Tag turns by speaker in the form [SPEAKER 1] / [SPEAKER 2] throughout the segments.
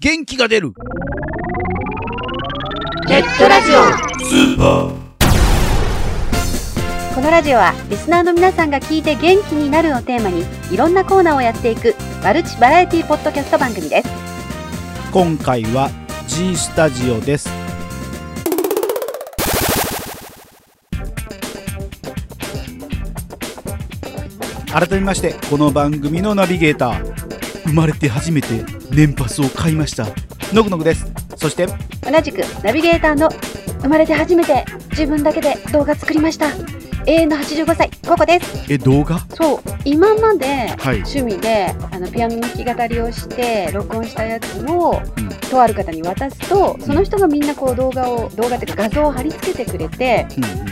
[SPEAKER 1] 元気が出る
[SPEAKER 2] ネットラジオ
[SPEAKER 3] このラジオはリスナーの皆さんが聞いて元気になるをテーマにいろんなコーナーをやっていくマルチバラエティポッドキャスト番組です
[SPEAKER 4] 今回は G スタジオです改めましてこの番組のナビゲーター生まれて初めて年パスを買いましたノグノグですそして
[SPEAKER 3] 同じくナビゲーターの生まれて初めて自分だけで動画作りました永遠の85歳ココです
[SPEAKER 4] え動画
[SPEAKER 3] そう今まで
[SPEAKER 4] はい
[SPEAKER 3] 趣味であのピアノの弾き語りをして録音したやつを
[SPEAKER 4] うん
[SPEAKER 3] とある方に渡すとその人がみんなこう動画を動画っていうか画像を貼り付けてくれて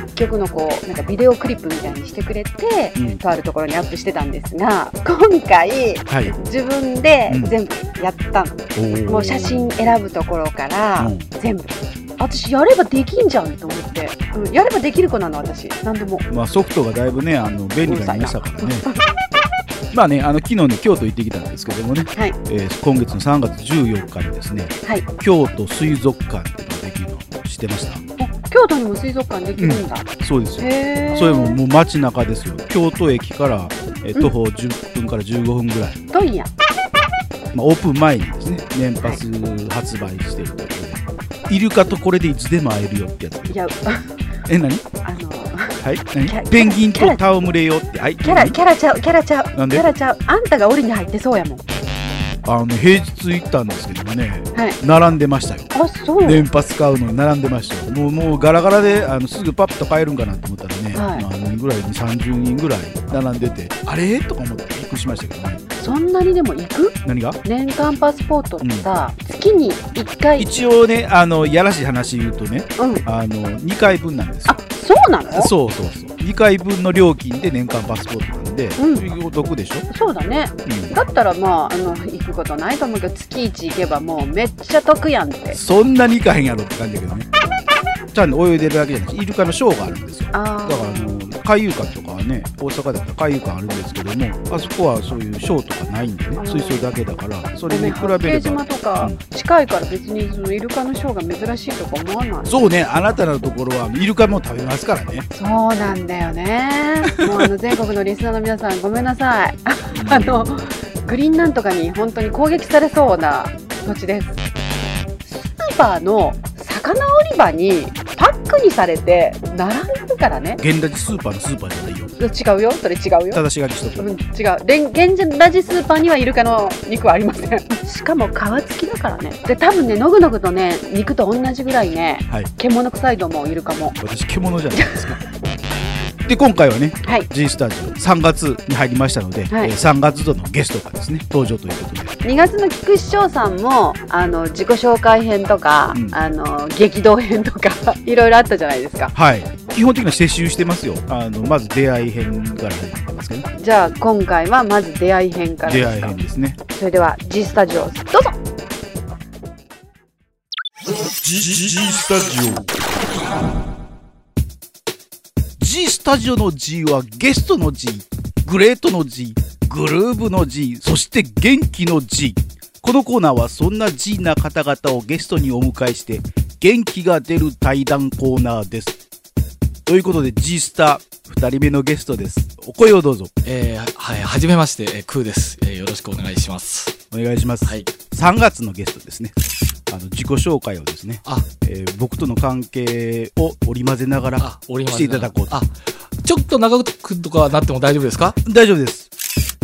[SPEAKER 4] う
[SPEAKER 3] 曲のこうなんかビデオクリップみたいにしてくれて
[SPEAKER 4] んうんうん
[SPEAKER 3] とあるところにアップしてたんですが今回
[SPEAKER 4] はい
[SPEAKER 3] 自分で全部やったの、
[SPEAKER 4] おー
[SPEAKER 3] もう写真選ぶところから、
[SPEAKER 4] うん
[SPEAKER 3] 全部私やればできんじゃんと思って、うん、やればできる子なの私何でも
[SPEAKER 4] まあソフトがだいぶねあの便利になりましたからねまあねあの昨日ね京都行ってきたんですけどもね、
[SPEAKER 3] はい
[SPEAKER 4] えー今月の3月14日にですね
[SPEAKER 3] はい
[SPEAKER 4] 京都水族館っていうのができるの知ってまし
[SPEAKER 3] お京都にも水族館できるんだ、
[SPEAKER 4] たそうですよ
[SPEAKER 3] へえ
[SPEAKER 4] それももう街中ですよ京都駅から、えー徒歩10分から15分ぐらい、
[SPEAKER 3] どんや
[SPEAKER 4] まあ、オープン前にですね年パス発売してるということでイルカとこれでいつでも会えるよってやつ
[SPEAKER 3] いや
[SPEAKER 4] え何
[SPEAKER 3] あの
[SPEAKER 4] はい
[SPEAKER 3] キャ
[SPEAKER 4] 何ペンギンと戯れよってはい
[SPEAKER 3] キャラキャラちゃうキャラちゃう
[SPEAKER 4] なんで
[SPEAKER 3] キャラちゃうあんたが檻に入ってそうやもん
[SPEAKER 4] あの平日行ったんですけどもね
[SPEAKER 3] はい
[SPEAKER 4] 並んでましたよ
[SPEAKER 3] あそう、
[SPEAKER 4] 年パス買うのに並んでましたよもうもうガラガラであのすぐパッと買えるんかなと思ったらね、
[SPEAKER 3] はい
[SPEAKER 4] 何人ぐらいに30人ぐらい並んでてあれとか思ってびっくりしましたけどね
[SPEAKER 3] そんなにでも行く
[SPEAKER 4] 何が
[SPEAKER 3] 年間パスポートってさ、月に1回
[SPEAKER 4] 一応ねあのやらしい話言うとね
[SPEAKER 3] うん
[SPEAKER 4] あの2回分なんですよ
[SPEAKER 3] あそうなの
[SPEAKER 4] そうそうそう2回分の料金で年間パスポートなんで、
[SPEAKER 3] う
[SPEAKER 4] お得でしょ、
[SPEAKER 3] そうだねだったらまああの行くことないと思うけど月1行けばもうめっちゃ得やんって
[SPEAKER 4] そんなにいかへんやろって感じだけどねちゃんと泳いでるだけじゃなくてイルカのショーがあるんですよ
[SPEAKER 3] あ
[SPEAKER 4] だからあ
[SPEAKER 3] あ
[SPEAKER 4] の海遊館とかはね大阪だったら海遊館あるんですけどもあそこはそういうショーとかないんでね
[SPEAKER 3] うん
[SPEAKER 4] 水槽だけだからそれ
[SPEAKER 3] で
[SPEAKER 4] に
[SPEAKER 3] ね
[SPEAKER 4] 比べれ
[SPEAKER 3] 八景
[SPEAKER 4] ば
[SPEAKER 3] 島とか
[SPEAKER 4] うん
[SPEAKER 3] 近いから別にそのイルカのショーが珍しいとか思わない
[SPEAKER 4] そうねあなたのところはイルカも食べますからね
[SPEAKER 3] そうなんだよねもうあの全国のリスナーの皆さんごめんなさいあのグリーンなんとかに本当に攻撃されそうな土地ですスーパーの魚売り場にパックにされて並んでるからね
[SPEAKER 4] 現代スーパーのスーパーじゃないよ
[SPEAKER 3] 違うよそれ違うよ
[SPEAKER 4] 正し書きしと
[SPEAKER 3] う
[SPEAKER 4] く
[SPEAKER 3] ん、違うレン現ラジスーパーにはイルカの肉はありませんしかも皮付きだからねで多分ねのぐのぐとね肉と同じぐらいね、
[SPEAKER 4] はい
[SPEAKER 3] 獣臭いと思うイルカも
[SPEAKER 4] 私獣じゃないですかで今回はね
[SPEAKER 3] はい
[SPEAKER 4] G スタジオ3月に入りましたので、
[SPEAKER 3] はい
[SPEAKER 4] えー3月度のゲストがですね登場ということで
[SPEAKER 3] 2月の菊師匠さんもあの自己紹介編とか、
[SPEAKER 4] うん
[SPEAKER 3] あの激動編とか いろいろあったじゃないですか
[SPEAKER 4] はい基本的には世襲してますよあのまず出会い編から入ってますけどね
[SPEAKER 3] じゃあ今回はまず出会い編からで
[SPEAKER 4] 出
[SPEAKER 3] すか
[SPEAKER 4] 会い編ですね
[SPEAKER 3] それでは G スタジオどうぞ
[SPEAKER 4] G スタジオの G はゲストの G グレートの G グルーブの G そして元気の G このコーナーはそんな G な方々をゲストにお迎えして元気が出る対談コーナーですということで G スタ2人目のゲストですお声をどうぞ
[SPEAKER 5] えー、はい、はじめまして、えークーです、えーよろしくお願いします。
[SPEAKER 4] お願いします、
[SPEAKER 5] はい。
[SPEAKER 4] 3月のゲストですねあの自己紹介をですね、
[SPEAKER 5] あ、
[SPEAKER 4] えー僕との関係を織り交ぜながら
[SPEAKER 5] あ、おりま
[SPEAKER 4] し
[SPEAKER 5] す
[SPEAKER 4] ていただこうと
[SPEAKER 5] あ、ちょっと長くとかなっても大丈夫ですか
[SPEAKER 4] 大丈夫です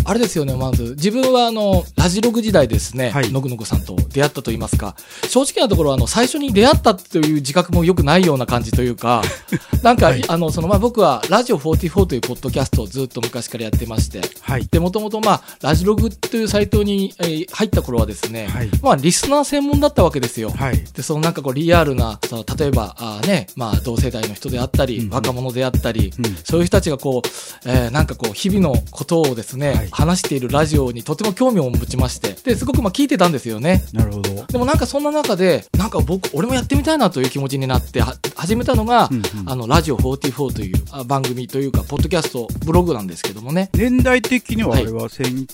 [SPEAKER 5] あれですよね、まず。自分は、あの、ラジログ時代ですね、
[SPEAKER 4] はい
[SPEAKER 5] のぐのぐさんと出会ったと言いますか、正直なところ、あの、最初に出会ったという自覚も良くないような感じとい うか、なんか、
[SPEAKER 4] はい
[SPEAKER 5] あの、その、まあ、僕は、ラジオ44というポッドキャストをずっと昔からやってまして、
[SPEAKER 4] はい
[SPEAKER 5] で、もともと、まあ、ラジログというサイトに、えー入った頃はですね、
[SPEAKER 4] はい
[SPEAKER 5] まあ、リスナー専門だったわけですよ。
[SPEAKER 4] はい
[SPEAKER 5] で、そのなんかこうリアルな、その例えば、あーね、まあ同世代の人であったり、
[SPEAKER 4] うんうん
[SPEAKER 5] 若者であったり、
[SPEAKER 4] うん
[SPEAKER 5] そういう人たちがこう、えーなんかこう日々のことをですね、
[SPEAKER 4] はい
[SPEAKER 5] 話しているラジオにとても興味を持ちまして、で、すごくまあ聞いてたんですよね。
[SPEAKER 4] なるほど
[SPEAKER 5] でもなんかそんな中で、なんか僕、俺もやってみたいなという気持ちになって、は始めたのが、
[SPEAKER 4] うんうん
[SPEAKER 5] あの、ラジオ44というあ番組というか、ポッドキャスト、ブログなんですけどもね。
[SPEAKER 4] 年代的にはあ
[SPEAKER 5] はい
[SPEAKER 4] れは1993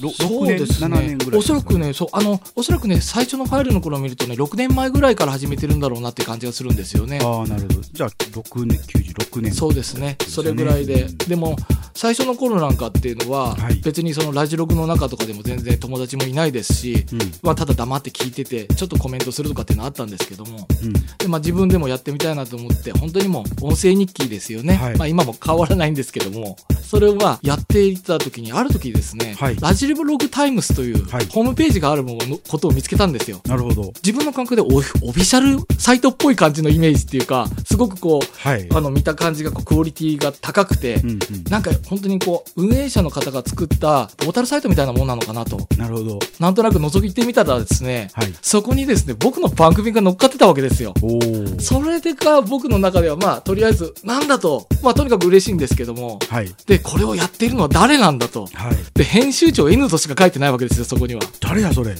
[SPEAKER 4] ろ
[SPEAKER 5] そ
[SPEAKER 4] 6
[SPEAKER 5] う
[SPEAKER 4] 年、
[SPEAKER 5] です
[SPEAKER 4] 7年
[SPEAKER 5] ね
[SPEAKER 4] ぐらい。
[SPEAKER 5] おそらくねそうあのおそらくね最初のファイルの頃を見るとね6年前ぐらいから始めてるんだろうなって感じがするんですよね
[SPEAKER 4] ああ、なるほど。じゃあ、6年、96年。
[SPEAKER 5] そうですねそれぐらいででも最初の頃なんかっていうのは、
[SPEAKER 4] はい
[SPEAKER 5] 別にそのラジログの中とかでも全然友達もいないですし、
[SPEAKER 4] うん。
[SPEAKER 5] まあ、ただ黙って聞いててちょっとコメントするとかっていうのはあったんですけども
[SPEAKER 4] うん。
[SPEAKER 5] で、まあ、自分でもやってみたいなと思って本当にもう音声日記ですよね、
[SPEAKER 4] はい
[SPEAKER 5] まあ、今も変わらないんですけどもそれはやっていた時にある時ですね、
[SPEAKER 4] はい
[SPEAKER 5] ラジリブログタイムスという
[SPEAKER 4] はい
[SPEAKER 5] ホームページがあるもののことを見つけたんですよ。
[SPEAKER 4] なるほど。
[SPEAKER 5] 自分の感覚でオフオフィシャルサイトっぽい感じのイメージっていうかすごくこう
[SPEAKER 4] はい。
[SPEAKER 5] あの見た感じがこうクオリティが高くて、
[SPEAKER 4] うんうん。
[SPEAKER 5] なんか本当にこう運営者の方が作ったポータルサイトみたいなもんなのかなと
[SPEAKER 4] なるほど。
[SPEAKER 5] なんとなく覗いてみたらですね、
[SPEAKER 4] はい。
[SPEAKER 5] そこにですね、僕の番組が乗っかってたわけですよ。
[SPEAKER 4] おお。
[SPEAKER 5] それでか、僕の中ではまあ、とりあえず、なんだと、まあ、とにかく嬉しいんですけども、
[SPEAKER 4] はい。
[SPEAKER 5] で、これをやっているのは誰なんだと。
[SPEAKER 4] はい。
[SPEAKER 5] で、編集長 N としか書いてないわけですよ、そこには。
[SPEAKER 4] 誰や、それ。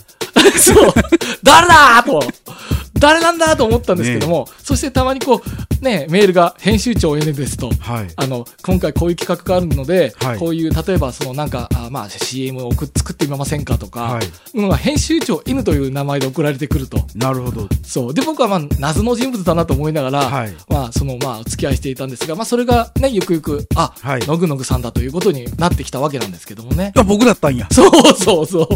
[SPEAKER 5] そう、誰だーと、誰なんだーと思ったんですけども、そしてたまにこう、ね、メールが、編集長 N ですと。
[SPEAKER 4] はい。
[SPEAKER 5] あの今回こういう企画があるので、
[SPEAKER 4] はい
[SPEAKER 5] こういう例えばそのなんかあまあ CM を送っ作ってみませんかとか、
[SPEAKER 4] はい。
[SPEAKER 5] のが編集長 N という名前で送られてくると。
[SPEAKER 4] なるほど。
[SPEAKER 5] そう。で、僕はまあ、謎の人物だなと思いながら、
[SPEAKER 4] はい。
[SPEAKER 5] まあ、その、まあ、お付き合いしていたんですが、まあ、それがね、ゆくゆく、あ、
[SPEAKER 4] はい
[SPEAKER 5] のぐのぐさんだということになってきたわけなんですけどもね。
[SPEAKER 4] あ、僕だったんや。
[SPEAKER 5] そうそうそう。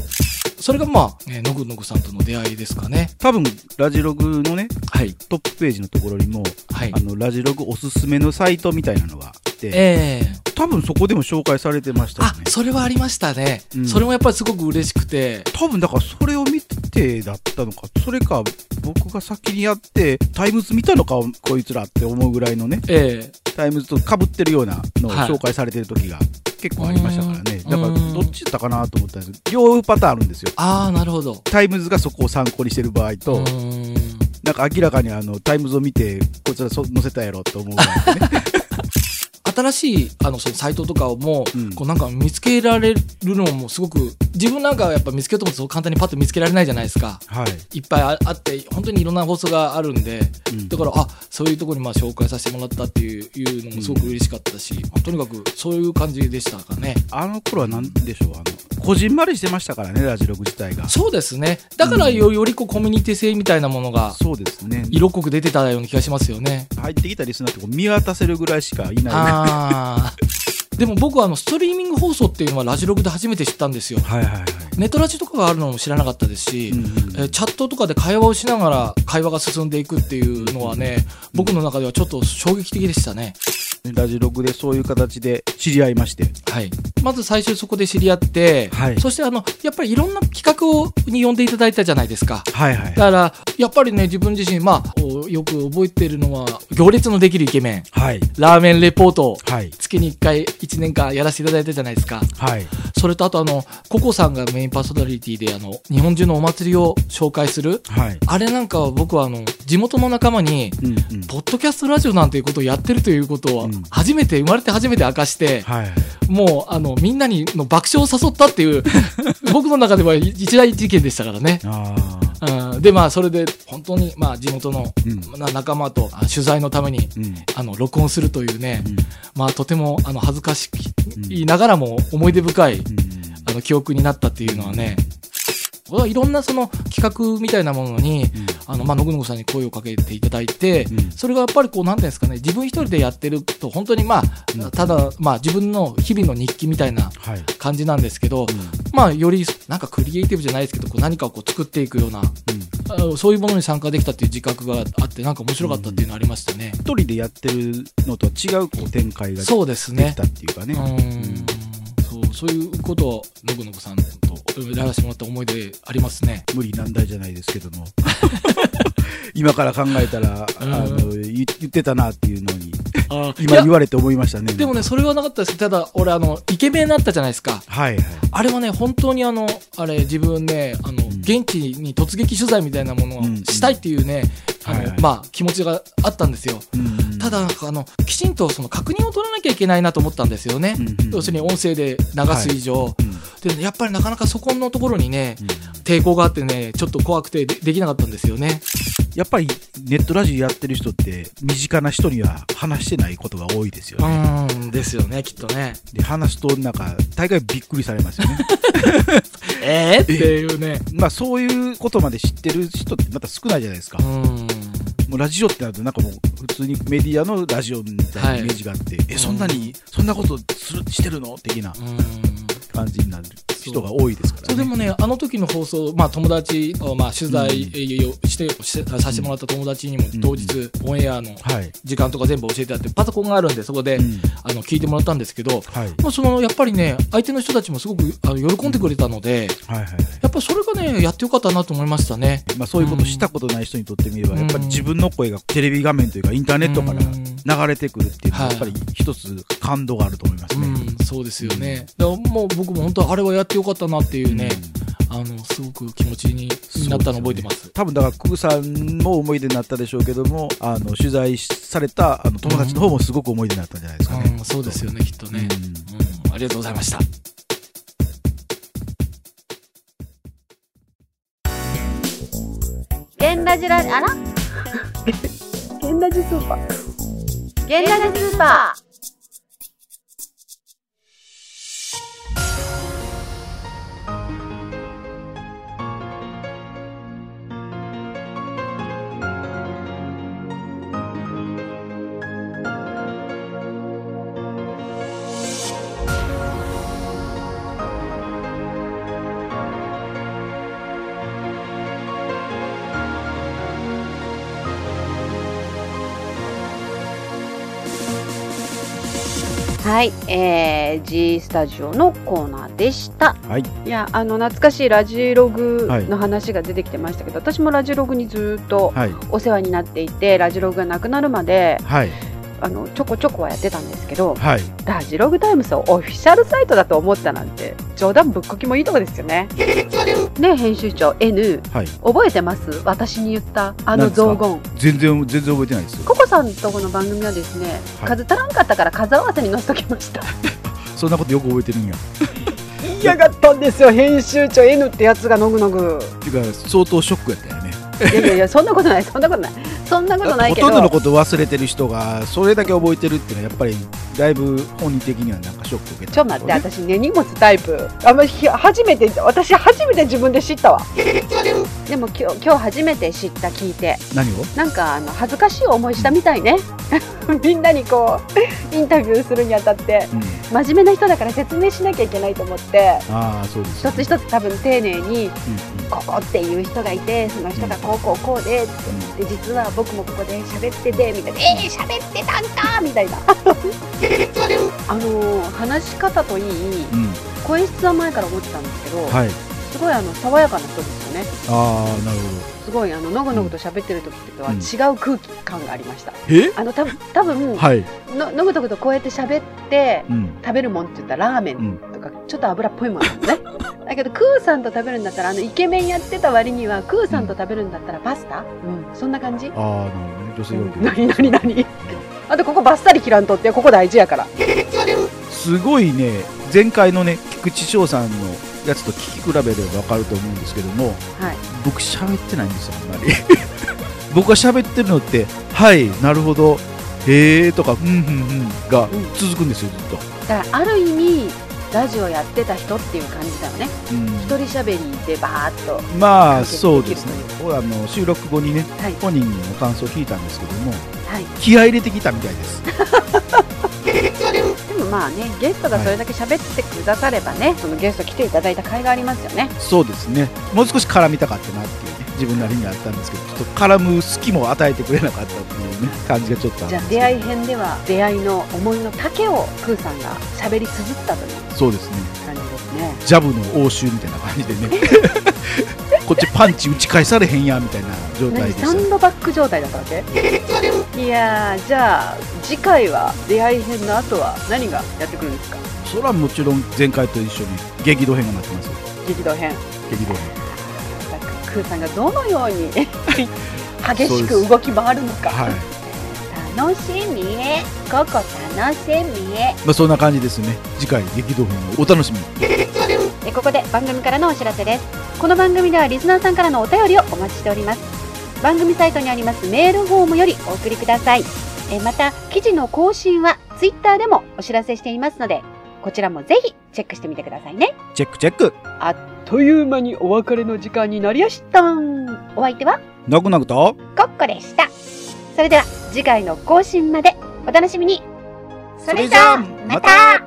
[SPEAKER 5] それがまあ、ね、のぐのぐさんとの出会いですかね。
[SPEAKER 4] 多分、ラジログのね、
[SPEAKER 5] はい。
[SPEAKER 4] トップページのところにも、
[SPEAKER 5] はい
[SPEAKER 4] あ。の、ラジログおすすめのサイトみたいなのがあって、
[SPEAKER 5] ええ
[SPEAKER 4] 多分そこでも紹介されてましたよ
[SPEAKER 5] あ
[SPEAKER 4] ね、。
[SPEAKER 5] それはありましたね。
[SPEAKER 4] うん
[SPEAKER 5] それもやっぱりすごく嬉しくて、
[SPEAKER 4] 多分だからそれを見てだったのか、それか僕が先にやって、タイムズ見たのか、こいつらって思うぐらいのね、
[SPEAKER 5] え
[SPEAKER 4] タイムズと被ってるようなのを
[SPEAKER 5] はい
[SPEAKER 4] 紹介されてる時が結構ありましたからね。
[SPEAKER 5] うん
[SPEAKER 4] だからどっちだったかなと思ったんですけど、両パターンあるんですよ。
[SPEAKER 5] ああ、なるほど。
[SPEAKER 4] タイムズがそこを参考にしてる場合と、
[SPEAKER 5] うーん
[SPEAKER 4] なんか明らかにあのタイムズを見て、こいつらそ載せたやろと思うぐらい のね。
[SPEAKER 5] 新しいあのそのサイトとかをもう,、
[SPEAKER 4] うん
[SPEAKER 5] こうなんか見つけられるのもすごく自分なんかはやっぱ見つけようと思ってそう簡単にパッと見つけられないじゃないですか
[SPEAKER 4] はい。
[SPEAKER 5] いっぱいああって本当にいろんな放送があるんで
[SPEAKER 4] うん
[SPEAKER 5] だからあそういうところにまあ紹介させてもらったっていういうのもすごく嬉しかったし、とにかくそういう感じでしたかね
[SPEAKER 4] あの頃は何でしょう、あの、こじんまりしてましたからね、ラジログ自体が。
[SPEAKER 5] そうですねだからよよりこうコミュニティ性みたいなものが
[SPEAKER 4] そうですね。
[SPEAKER 5] 色濃く出てたような気がしますよね
[SPEAKER 4] 入ってきたリスナーってこう見渡せるぐらいしかいな
[SPEAKER 5] あーでも僕はあのストリーミング放送っていうのはラジログで初めて知ったんですよ
[SPEAKER 4] い。はいはいはい。
[SPEAKER 5] ネットラジとかがあるのも知らなかったですし、
[SPEAKER 4] うんうん
[SPEAKER 5] えーチャットとかで会話をしながら会話が進んでいくっていうのはね、僕の中ではちょっと衝撃的でしたね。
[SPEAKER 4] ラジログでそういう形で知り合いまして。
[SPEAKER 5] はい。まず最初そこで知り合って、
[SPEAKER 4] はい
[SPEAKER 5] そしてあの、やっぱりいろんな企画をに呼んでいただいたじゃないですか。
[SPEAKER 4] はいはい。
[SPEAKER 5] だから、やっぱりね、自分自身、まあ、およく覚えてるのは、行列のできるイケメン、
[SPEAKER 4] はい。
[SPEAKER 5] ラーメンレポートを
[SPEAKER 4] はい。
[SPEAKER 5] 月に1回、1年間やらせていただいたじゃないですか。
[SPEAKER 4] はい。
[SPEAKER 5] それとあとあの、ココさんがメインパーソナリティで、あの、日本中のお祭りを紹介する、
[SPEAKER 4] はい。
[SPEAKER 5] あれなんかは僕はあの、地元の仲間に、
[SPEAKER 4] うんうん。
[SPEAKER 5] ポッドキャストラジオなんていうことをやってるということ
[SPEAKER 4] う
[SPEAKER 5] を
[SPEAKER 4] ん
[SPEAKER 5] 初めて、生まれて初めて明かして、
[SPEAKER 4] はい。
[SPEAKER 5] もうあの、みんなにの爆笑を誘ったっ ていう、僕の中では一大事件でしたからね。
[SPEAKER 4] ああ。
[SPEAKER 5] うんで、まあ、それで本当に、まあ、地元の、
[SPEAKER 4] うん
[SPEAKER 5] な仲間とあ取材のために、
[SPEAKER 4] うん。
[SPEAKER 5] あの、録音するというね、
[SPEAKER 4] うん
[SPEAKER 5] まあ、とても、あの、恥ずかしいながらも思い出深い、あの、記憶になったっていうのはね、僕はいろんなその企画みたいなものに、
[SPEAKER 4] うん
[SPEAKER 5] あの、まあ、のぐのぐさんに声をかけていただいて、
[SPEAKER 4] うん
[SPEAKER 5] それがやっぱりこう、なんていうんですかね、自分一人でやってると、本当にま
[SPEAKER 4] うん
[SPEAKER 5] あ、ただ、まあ、自分の日々の日記みたいな
[SPEAKER 4] はい。
[SPEAKER 5] 感じなんですけど、まあ、より、なんかクリエイティブじゃないですけど、こう何かをこう作っていくような、
[SPEAKER 4] うんうん
[SPEAKER 5] あのそういうものに参加できたっていう自覚があって、なんか面白かったっていうのありましたね。
[SPEAKER 4] 一人でやってるのとは違うこう展開がで
[SPEAKER 5] そうですね
[SPEAKER 4] き。たっていうかね。
[SPEAKER 5] うんそう、そういうことを、のぐのぐさんとやらせてもらった思い出ありますね。
[SPEAKER 4] 無理難題じゃないですけども。 今から考えたら、あの、言言ってたなっていうのに、 今言われて思いましたね。
[SPEAKER 5] でもね、それはなかったです。ただ、俺、あの、イケメンになったじゃないですか。
[SPEAKER 4] はいはい。
[SPEAKER 5] あれはね、本当にあの、あれ、自分ね、あの、
[SPEAKER 4] ん
[SPEAKER 5] 現地に突撃取材みたいなものを
[SPEAKER 4] うん
[SPEAKER 5] したいっていうね、あ
[SPEAKER 4] はいは
[SPEAKER 5] の
[SPEAKER 4] い、
[SPEAKER 5] まあ、気持ちがあったんですよ。
[SPEAKER 4] うん
[SPEAKER 5] ただ、なんかあの、きちんとその確認を取らなきゃいけないなと思ったんですよね
[SPEAKER 4] うんうんうん。
[SPEAKER 5] 要するに音声で流す以上
[SPEAKER 4] う。ん
[SPEAKER 5] で、やっぱりなかなかそこのところにね
[SPEAKER 4] う、ん
[SPEAKER 5] 抵抗があってね、ちょっと怖くてでできなかったんですよね。
[SPEAKER 4] やっぱりネットラジオやってる人って身近な人には話してないことが多いですよね、
[SPEAKER 5] うんですよねきっと ね
[SPEAKER 4] で話すとなんか大概びっくりされますよ ね
[SPEAKER 5] えー、っていうね
[SPEAKER 4] まあそういうことまで知ってる人ってまた少ないじゃないですか、
[SPEAKER 5] うん
[SPEAKER 4] もうラジオってなるとなんかもう普通にメディアのラジオみたいなイメージがあって、えそんなに、そんなことするしてるの的な
[SPEAKER 5] うん
[SPEAKER 4] 感じになる人が多いですから、ね、
[SPEAKER 5] そうでもね、あの時の放送、まあ、友達を、まあ、取材
[SPEAKER 4] うん
[SPEAKER 5] をして、してさせてもらった友達にも
[SPEAKER 4] うん
[SPEAKER 5] 当日、オンエアの
[SPEAKER 4] はい、
[SPEAKER 5] 時間とか全部教えてあって、パソコンがあるんで、そこで、
[SPEAKER 4] うん
[SPEAKER 5] あの聞いてもらったんですけど、
[SPEAKER 4] はい
[SPEAKER 5] まあ、そのやっぱりね、相手の人たちもすごくあの喜んでくれたので、
[SPEAKER 4] はいはいはい
[SPEAKER 5] やっぱそれがね、やってよかったなと思いましたね。
[SPEAKER 4] まあ、そういうことしたことない人にとってみれば、
[SPEAKER 5] うん
[SPEAKER 4] やっぱり自分の声がテレビ画面というかインターネットから流れてくるっていうのは
[SPEAKER 5] は
[SPEAKER 4] や
[SPEAKER 5] い
[SPEAKER 4] っぱり一つ感動があると思います
[SPEAKER 5] う
[SPEAKER 4] ね。
[SPEAKER 5] ん、そうですよね。だからもう僕も本当、あれはやってよかったなっていうね、あのすごく気持ちになったの覚えてます。
[SPEAKER 4] 多分だからクーさんも思い出になったでしょうけどもあの取材されたあの友達の方もすごく思い出になったんじゃないですかね。
[SPEAKER 5] うん、そうですよね、きっとね。
[SPEAKER 4] うん
[SPEAKER 5] うん、ありがとうございました。
[SPEAKER 1] ゲンラジラあ ら
[SPEAKER 3] ゲンラジスーパー。
[SPEAKER 1] ゲンラジスーパー
[SPEAKER 3] はい、えー、G スタジオのコーナーでした。
[SPEAKER 4] はい、
[SPEAKER 3] いや、あの、懐かしいラジログの話が出てきてましたけど、私もラジログにずっと
[SPEAKER 4] はい、
[SPEAKER 3] お世話になっていて、ラジログがなくなるまで、
[SPEAKER 4] はい、
[SPEAKER 3] あの、ちょこちょこはやってたんですけど、
[SPEAKER 4] はい。
[SPEAKER 3] ラジログタイムズをオフィシャルサイトだと思ったなんて、冗談ぶっこきもいいとこですよね。ね、編集長 N、
[SPEAKER 4] はい
[SPEAKER 3] 覚えてます私に言った、あ
[SPEAKER 4] 何
[SPEAKER 3] の
[SPEAKER 4] ですか
[SPEAKER 3] 雑言。
[SPEAKER 4] 全然、全然覚えてないですよ。
[SPEAKER 3] ココさんとこの番組はですね、
[SPEAKER 4] はい
[SPEAKER 3] 数足らんかったから数合わせに載せときました。
[SPEAKER 4] そんなことよく覚えてるんや。
[SPEAKER 3] 言いやがったんですよ編集長 N ってやつがのぐのぐ
[SPEAKER 4] っていうか、相当ショックやったよね。
[SPEAKER 3] いやいやいやそんなことないそんなことないそんなことない
[SPEAKER 4] ほ
[SPEAKER 3] けど
[SPEAKER 4] とんどのこと忘れてる人が、それだけ覚えてるっていうのは、やっぱり、だいぶ本人的にはなんかショック受けた。
[SPEAKER 3] ちょっと待って私ね荷物タイプあんまりひ初めて私初めて自分で知ったわでも今日今日初めて知った聞いて
[SPEAKER 4] 何を
[SPEAKER 3] なんかあの恥ずかしい思いしたみたいね みんなにこうインタビューするにあたって
[SPEAKER 4] うん。
[SPEAKER 3] 真面目な人だから説明しなきゃいけないと思って
[SPEAKER 4] ああ、そうです、
[SPEAKER 3] 一つ一つ多分丁寧に
[SPEAKER 4] うんうん
[SPEAKER 3] ここっていう人がいてその人がこうこうこうでで実は僕もここで喋っててみたいな「えー、喋ってたんか!」みた いなあのー話し方といい
[SPEAKER 4] うん。
[SPEAKER 3] 声質は前から思ってたんですけど、
[SPEAKER 4] うん。はい。
[SPEAKER 3] すごいあの爽やかな人ですよね
[SPEAKER 4] ああ、なる
[SPEAKER 3] すごいあののぐのぐと喋ってる時とは
[SPEAKER 4] うん
[SPEAKER 3] 違う空気感がありました、
[SPEAKER 4] ほど。え
[SPEAKER 3] あのた多分、
[SPEAKER 4] はい。
[SPEAKER 3] ののぐのぐとこうやって喋って
[SPEAKER 4] うん。
[SPEAKER 3] 食べるもんって言ったらラーメンとかちょっと油っぽいもんですね だけどクーさんと食べるんだったらあのイケメンやってた割にはクーさんと食べるんだったらパスタ、うん、そんな感じ
[SPEAKER 4] ああ、なるほどね。女性
[SPEAKER 3] うん
[SPEAKER 4] が
[SPEAKER 3] 何何何あとここバッサリ切らんとってここ大事やから
[SPEAKER 4] すごいね、前回のね、菊池翔さんのやつと聞き比べればわかると思うんですけども、
[SPEAKER 3] はい
[SPEAKER 4] 僕喋ってないんですよあん まり僕が喋ってるのって「はいなるほどへえ」とか「うんうんうん」が
[SPEAKER 3] うん
[SPEAKER 4] 続くんですよずっと、
[SPEAKER 3] だからある意味ラジオやってた人っていう感じだよね
[SPEAKER 4] うん
[SPEAKER 3] 一人喋りでバーッと
[SPEAKER 4] まあ
[SPEAKER 3] 完結できる
[SPEAKER 4] そうですねあの収録後にね
[SPEAKER 3] はい
[SPEAKER 4] 本人にも感想を聞いたんですけども
[SPEAKER 3] はい
[SPEAKER 4] 気合い入れてきたみたいです
[SPEAKER 3] でもまあねゲストがそれだけ喋ってくださればね、そのゲスト来ていただいた甲斐がありますよね
[SPEAKER 4] そうですねもう少し絡みたかったなっていうね自分なりにはあったんですけどちょっと絡む隙も与えてくれなかったっていうね感じがちょっとあ
[SPEAKER 3] じ
[SPEAKER 4] る
[SPEAKER 3] ゃあ
[SPEAKER 4] んですけ
[SPEAKER 3] 出
[SPEAKER 4] ど
[SPEAKER 3] 会い編では出会いの思いの丈をクーさんが喋り綴ったという
[SPEAKER 4] そうですね
[SPEAKER 3] 感じですね
[SPEAKER 4] ジャブの応酬みたいな感じでね こっちパンチ打ち返されへんやみたいな状態
[SPEAKER 3] 何
[SPEAKER 4] でし
[SPEAKER 3] サ
[SPEAKER 4] た
[SPEAKER 3] ンドバッグ状態だったわけいやーじゃあ次回は出会い編の後は何がやってくるんですか
[SPEAKER 4] それはもちろん前回と一緒に激動編がなってますよ
[SPEAKER 3] 激動編
[SPEAKER 4] 激動編
[SPEAKER 3] クーさんがどのよう に激
[SPEAKER 4] そう
[SPEAKER 3] し
[SPEAKER 4] です
[SPEAKER 3] く動き回るのか、
[SPEAKER 4] はい、
[SPEAKER 1] 楽しみここ楽しみ
[SPEAKER 4] まあ、そんな感じですね次回激動編をお楽しみに
[SPEAKER 1] えここで番組からのお知らせですこの番組ではリスナーさんからのお便りをお待ちしております
[SPEAKER 3] 番組サイトにありますメールフォームよりお送りくださいえーまた記事の更新はツイッターでもお知らせしていますのでこちらもぜひチェックしてみてくださいね
[SPEAKER 4] チェックチェック
[SPEAKER 6] という間にお別れの時間になりやしたん。
[SPEAKER 3] お相手は
[SPEAKER 4] なくなくと
[SPEAKER 3] コッコでしたそれでは次回の更新までお楽しみにそれじゃあまた